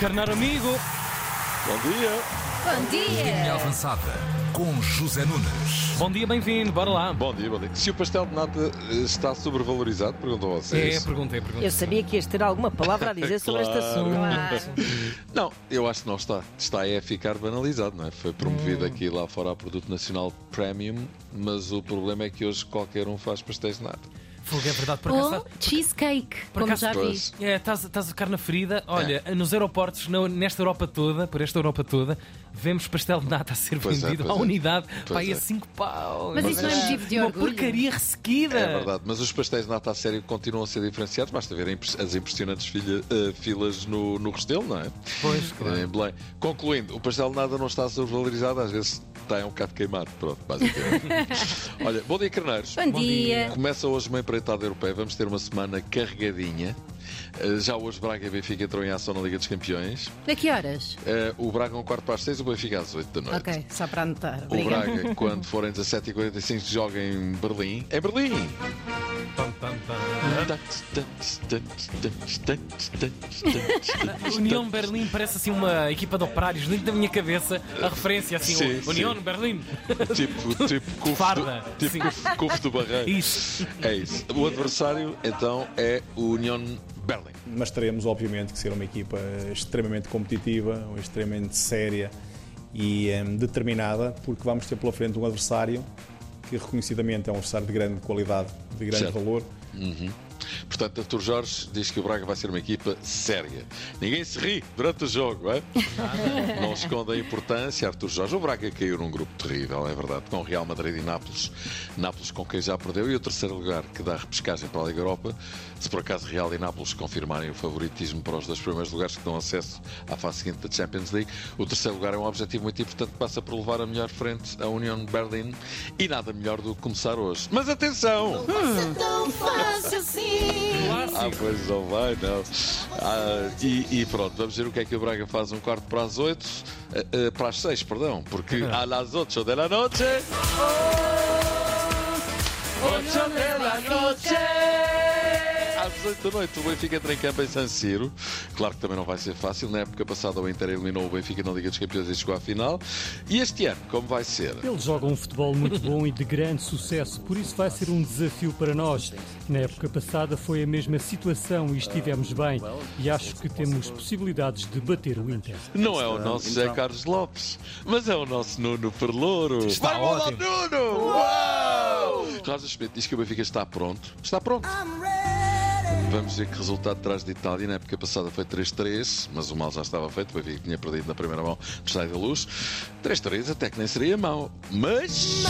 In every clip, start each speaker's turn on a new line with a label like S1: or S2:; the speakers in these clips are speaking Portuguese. S1: Carneiro amigo.
S2: Bom dia.
S3: Bom
S4: Linha
S3: dia!
S4: avançada com José Nunes.
S1: Bom dia, bem-vindo. Bora lá.
S2: Bom dia, bom dia. Se o pastel de nata eh, está sobrevalorizado, perguntam
S1: É,
S2: vocês.
S1: perguntei, perguntei.
S5: Eu sabia que ias ter alguma palavra a dizer sobre este assunto.
S3: Claro.
S2: Não, eu acho que não está. Está é a ficar banalizado, não é? Foi promovido
S5: Hum.
S2: aqui lá fora a produto nacional premium, mas o problema é que hoje qualquer um faz pastéis de nata.
S1: Fogo, é verdade, por acaso.
S3: Ou cheesecake,
S1: Por
S3: como
S1: acaso-
S3: já vi.
S2: Pois.
S1: É, estás, estás a carne na ferida. Olha,
S2: É.
S1: nos aeroportos, na- nesta Europa toda, por esta Europa toda, vemos pastel de nata a ser
S2: Pois é,
S1: vendido à
S2: pois é.
S1: unidade. Pá,
S2: Pois
S1: e a
S2: é.
S1: 5 pau.
S3: Mas isso não é motivo de
S1: Uma
S3: orgulho?
S1: porcaria ressequida.
S2: É verdade, mas os pastéis de nata a sério continuam a ser diferenciados. Basta ver a impres- as impressionantes filha- eh, filas no, no Restelo, não é?
S1: Pois, claro.
S2: Em Belém. Concluindo, o pastel de nada não está sobrevalorizado, às vezes está um bocado queimado. Pronto, basicamente. Olha, bom dia, carneiros.
S3: Bom, dia!
S2: Começa hoje uma empreitada europeia. Vamos ter uma semana carregadinha. Eh, Já hoje Braga e Benfica entram em ação na Liga dos Campeões.
S3: A que horas?
S2: Eh, O Braga um quarto para as seis, o Benfica às oito da noite.
S3: Ok, só para anotar.
S2: O
S3: Obrigada.
S2: Braga, quando forem 17h45, joga em Berlim. É Berlim!
S1: Tam, tam, tam. União Berlim parece assim uma equipa de operários dentro da minha cabeça. A referência assim,
S2: Sim,
S1: o- União
S2: sim.
S1: Berlim.
S2: Tipo, tipo, cufo
S1: Farda,
S2: do,
S1: sim.
S2: tipo cufo, cufo do barreiro.
S1: Isso.
S2: É isso. O adversário, então, é o Union Berlin.
S6: mas teremos obviamente que ser uma equipa extremamente competitiva, extremamente séria e hum, determinada, porque vamos ter pela frente um adversário que reconhecidamente é um adversário de grande qualidade, de grande
S2: Certo.
S6: valor.
S2: Portanto, Artur Jorge diz que o Braga vai ser uma equipa séria. Ninguém se ri durante o jogo, é? Não esconde a importância, Artur Jorge. O Braga caiu num grupo terrível, é verdade, com Real Madrid e Nápoles. Nápoles com quem já perdeu e o terceiro lugar que dá repescagem para a Liga Europa. Se por acaso Real e Nápoles confirmarem o favoritismo para os dois primeiros lugares que dão acesso à fase seguinte da Champions League, o terceiro lugar é um objetivo muito importante que passa por levar a melhor frente à União de Berlim e nada melhor do que começar hoje. Mas atenção! Ah, pois não vai, não. Ah, e, e pronto, vamos ver o que é que o Braga faz um quarto para as oito, eh, eh, para as seis, perdão, porque a las ocho de la noche. Ocho de la noche. Às 8 da noite o Benfica entra em campo em San Siro. Claro que também não vai ser fácil. Na época passada o Inter eliminou o Benfica na Liga dos Campeões e chegou à final. E este ano, como vai ser?
S7: Eles jogam um futebol muito bom e de grande sucesso, por isso vai ser um desafio para nós. Na época passada foi a mesma situação e estivemos bem, e acho que temos possibilidades de bater o Inter.
S2: Não é o
S1: Então,
S2: nosso Zé Carlos Lopes, mas é o nosso Nuno Perlouro.
S1: Está
S2: Vai, bola,
S1: ótimo.
S2: Nuno! Uau! Rosa Schmidt diz que o Benfica está pronto. Está pronto. Vamos ver que resultado traz de Itália. Na época passada foi 3-3, mas o mal já estava feito. O Benfica tinha perdido na primeira mão de Estádio da Luz. 3-3 até que nem seria mau. Mas...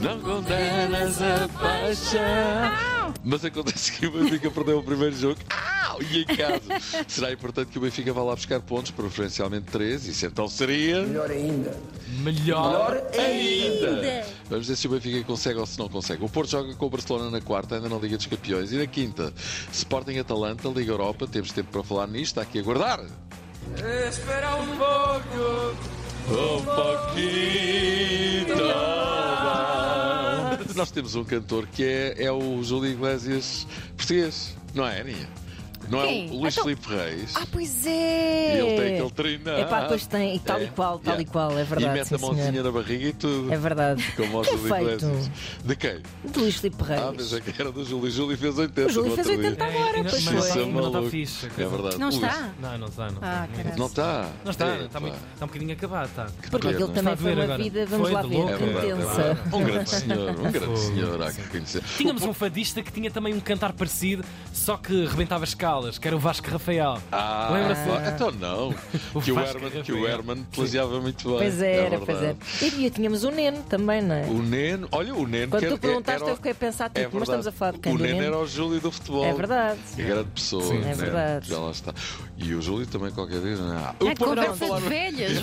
S2: Não condenas a paixão. Mas acontece que o Benfica perdeu o primeiro jogo. Au! E em casa. Será importante que o Benfica vá lá buscar pontos, preferencialmente 13. Isso então seria.
S1: Melhor.
S2: Ainda! Vamos ver se o Benfica consegue ou se não consegue. O Porto joga com o Barcelona na quarta, ainda na Liga dos Campeões. E na quinta, Sporting Atalanta, Liga Europa. Temos tempo para falar nisto, está aqui a aguardar.
S1: Espera um pouco.
S2: Nós temos um cantor que é, é o Júlio Iglesias português, não é, Aninha? Não é
S3: Quem?
S2: o Luís
S5: Então-
S2: Filipe Reis.
S5: Ah, pois
S2: E
S5: é!
S2: ele tem aquele trinão.
S5: É pá, pois tem, e tal e qual, tal e qual, é verdade,
S2: E mete
S5: sim,
S2: a mãozinha
S5: senhor.
S2: na barriga e tudo.
S5: É verdade.
S2: Como o
S5: Que é
S2: Júlio
S5: feito
S2: Iglesias. De quem?
S5: de Luís Filipe
S2: Ah, mas
S5: Reis.
S2: é que era do Júlio. O Júlio fez 80.
S5: O Júlio
S2: no
S5: fez
S2: outro dia.
S5: 80 agora,
S1: Ainda-
S5: pois
S1: mas
S2: Isso
S1: ainda
S2: é
S5: foi.
S1: não está
S2: maluco.
S1: fixe, a
S2: É
S1: coisa.
S2: verdade.
S3: Não
S2: Ui,
S3: está?
S1: Não, não está, não está.
S3: Ah,
S1: Não
S3: caralho.
S2: Não está. É,
S1: Não está,
S2: Epa.
S1: está, muito, está um bocadinho acabado, está.
S5: Porque
S2: Pena.
S5: aquilo
S1: Está
S5: também
S1: a
S5: foi
S1: doer
S5: uma
S1: agora.
S5: vida, vamos
S1: Foi
S5: lá
S1: de
S5: ver,
S1: louco.
S2: É verdade, é
S5: intensa.
S2: verdade. Um grande senhor, um grande
S1: Fogo.
S2: senhor, há que reconhecer.
S1: Tínhamos um fadista que tinha também um cantar parecido, só que rebentava escalas, que era o Vasco Rafael.
S2: Ah,
S1: Lembra-se?
S2: ah, então não.
S1: O
S2: que, o
S1: Vasco é.
S2: Herman,
S1: Rafael.
S2: que o Herman plagiava muito bem.
S5: Pois
S2: é
S5: era, pois era.
S2: verdade.
S5: E, e tínhamos o Neno também, não é?
S2: O Neno, olha o Neno. que
S5: Quando
S2: era-
S5: tu perguntaste,
S2: era-
S5: eu fiquei a pensar, tipo,
S2: É
S5: mas
S2: verdade.
S5: estamos a falar de quem?
S2: O
S5: Do
S2: Neno
S5: Neno?
S2: era o Júlio do futebol.
S5: É verdade.
S2: Que grande pessoa.
S1: Sim, é
S2: Neno.
S5: verdade.
S2: Já lá está. E o Júlio também, qualquer dia. né? Não.
S3: É conversa de velhas,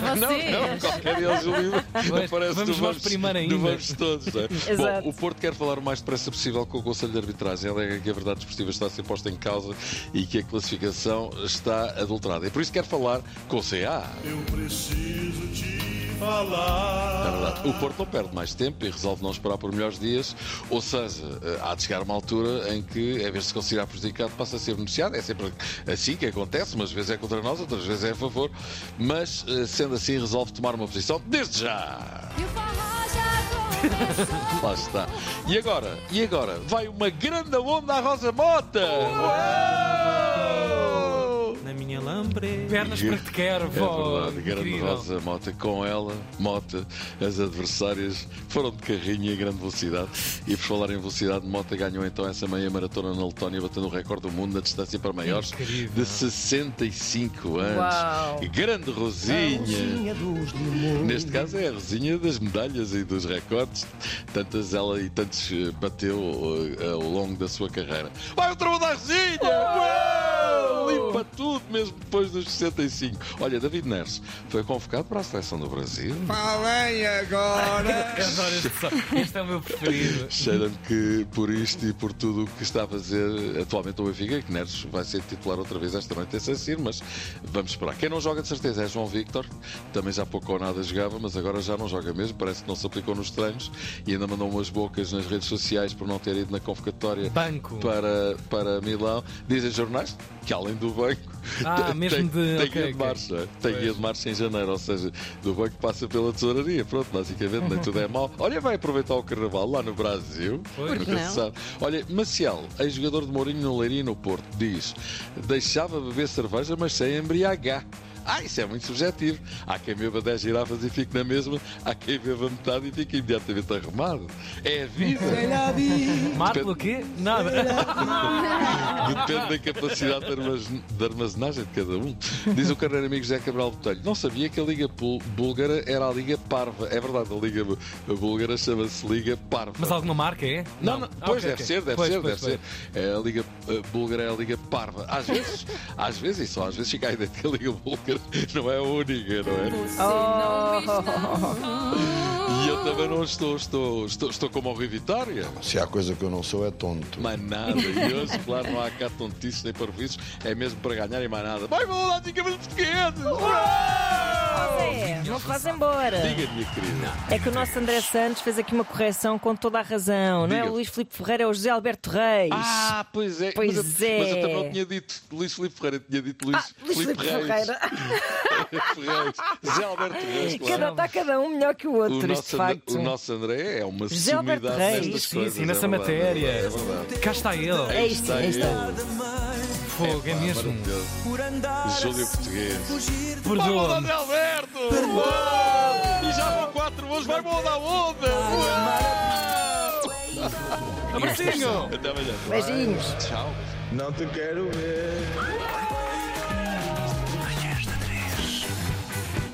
S2: Não, não,
S3: vocês!
S2: qualquer dia o Júlio
S1: Pois,
S2: aparece
S1: vamos
S2: do
S1: nós primeiro ainda.
S2: do Vamos Todos. não é?
S5: Exato.
S2: Bom, o Porto quer falar o mais depressa possível com o Conselho de Arbitragem. Alega que a verdade desportiva está a ser posta em causa e que a classificação está adulterada. E por isso quer falar com o CA.
S8: Eu preciso te
S2: É verdade. O Porto não perde mais tempo e resolve não esperar por melhores dias, ou seja, eh, há de chegar uma altura em que, em vez de se considerar prejudicado, passa a ser beneficiado. É sempre assim que acontece, umas vezes é contra nós, outras vezes é a favor, mas eh, sendo assim, resolve tomar uma posição desde já. Lá está. E agora? E agora? Vai uma grande onda à Rosa Mota! Uou!
S8: Na minha lambre.
S1: Pernas para te quero,
S2: É
S1: vó.
S2: verdade, grande
S1: incrível.
S2: Rosa Mota. Com ela, Mota, as adversárias foram de carrinho e a grande velocidade. E por falar em velocidade, Mota ganhou então essa meia maratona na Letónia, batendo o recorde do mundo na distância para maiores
S1: Incrível.
S2: de 65 anos.
S3: Uau.
S2: Grande Rosinha!
S8: dos limões.
S2: Neste caso é a resinha das medalhas e dos recordes, tantas ela e tantos eh, bateu eh, ao longo da sua carreira. Vai o trovão da resinha! Uau! Limpa tudo mesmo depois dos 65. Olha, David Neres foi convocado para a seleção do Brasil.
S1: Eu adoro este som. Este é o meu preferido.
S2: Cheira-me que por isto e por tudo o que está a fazer atualmente o Benfica, que Neres vai ser titular outra vez esta noite em San Siro, mas vamos esperar. Quem não joga de certeza é João Victor, também já pouco ou nada jogava, mas agora já não joga mesmo, parece que não se aplicou nos treinos e ainda mandou umas bocas nas redes sociais por não ter ido na convocatória
S1: Banco.
S2: para, para Milão. Dizem jornais que além do banco
S1: Ah,
S2: tem-
S1: mesmo de-
S2: tem,
S1: ok,
S2: guia de
S1: ok.
S2: marcha, é. tem guia de marcha em janeiro, ou seja, do banco passa pela tesouraria, pronto, basicamente nem tudo é mau. Olha, vai aproveitar o carnaval lá no Brasil,
S1: Pois.
S2: nunca
S3: Por que
S2: se
S3: não?
S2: sabe. Olha, Maciel, ex-jogador de Mourinho no Leiria e no Porto, diz: deixava beber cerveja, mas sem embriagar. Ah, isso é muito subjetivo. Há quem beba 10 girafas e fique na mesma, há quem beba metade e fique imediatamente arrumado. É a vida.
S1: Marco o quê? Nada.
S2: Depende da capacidade de armazena- de armazenagem de cada um. Diz o carneiro amigo José Cabral Botelho. Não sabia que a Liga Pul- Búlgara era a Liga Parva. É verdade, a Liga Bú- Búlgara chama-se Liga Parva.
S1: Mas alguma marca é?
S2: Não, não, pois
S9: Ah,
S1: Ok,
S2: deve
S1: ok.
S2: ser, deve
S1: Pois,
S2: ser,
S1: pois,
S2: deve ser. É a Liga eh, Búlgara é a Liga Parva. Às vezes, às vezes, e só às vezes fica a ideia de que a Liga Búlgara não é a única, não é? E eu também não estou, estou, estou, estou como o Rui Vitória.
S9: Ah, Se há coisa que eu não sou, é tonto.
S2: Mais nada. E hoje, claro, não há cá tontices nem parvices. É mesmo para ganhar e mais nada. Vai, vou lá, diga-me de portugueses!
S5: É, não te vás embora.
S2: Diga, minha querida.
S5: É que o nosso André Santos fez aqui uma correção com toda a razão. Não é
S2: Diga.
S5: o Luís Filipe Ferreira, é o José Alberto Reis.
S2: Ah, pois é.
S5: Pois
S2: mas, eu,
S5: é.
S2: mas eu também não tinha dito Luís Filipe Ferreira. Tinha dito Luís
S5: Ah, Luís
S2: Filipe
S5: Filipe
S2: Reis. Ferreiros. Zé Alberto Reis,
S5: Cada
S2: claro.
S5: está cada um melhor que o outro,
S2: O nosso,
S5: isto de
S2: André,
S5: facto.
S2: o nosso André é uma
S5: José Alberto
S2: sumidade
S5: Reis.
S2: nestas
S1: Sim,
S2: coisas.
S1: sim,
S2: é
S1: nessa
S2: verdade,
S1: matéria.
S2: É verdade.
S1: Cá está ele.
S5: É isto,
S2: está
S5: é isto.
S2: ele. Ah,
S1: Fogo, é mesmo.
S2: Maravilhoso.
S8: Por andar. assim,
S2: Júlio Português. Vai
S1: Perdoa.
S2: mudar de Alberto! Uau! E já vão quatro voos, vai mudar onda! Uau!
S1: Abracinho.
S2: Até amanhã.
S5: Beijinhos.
S2: Tchau.
S9: Não te quero ver.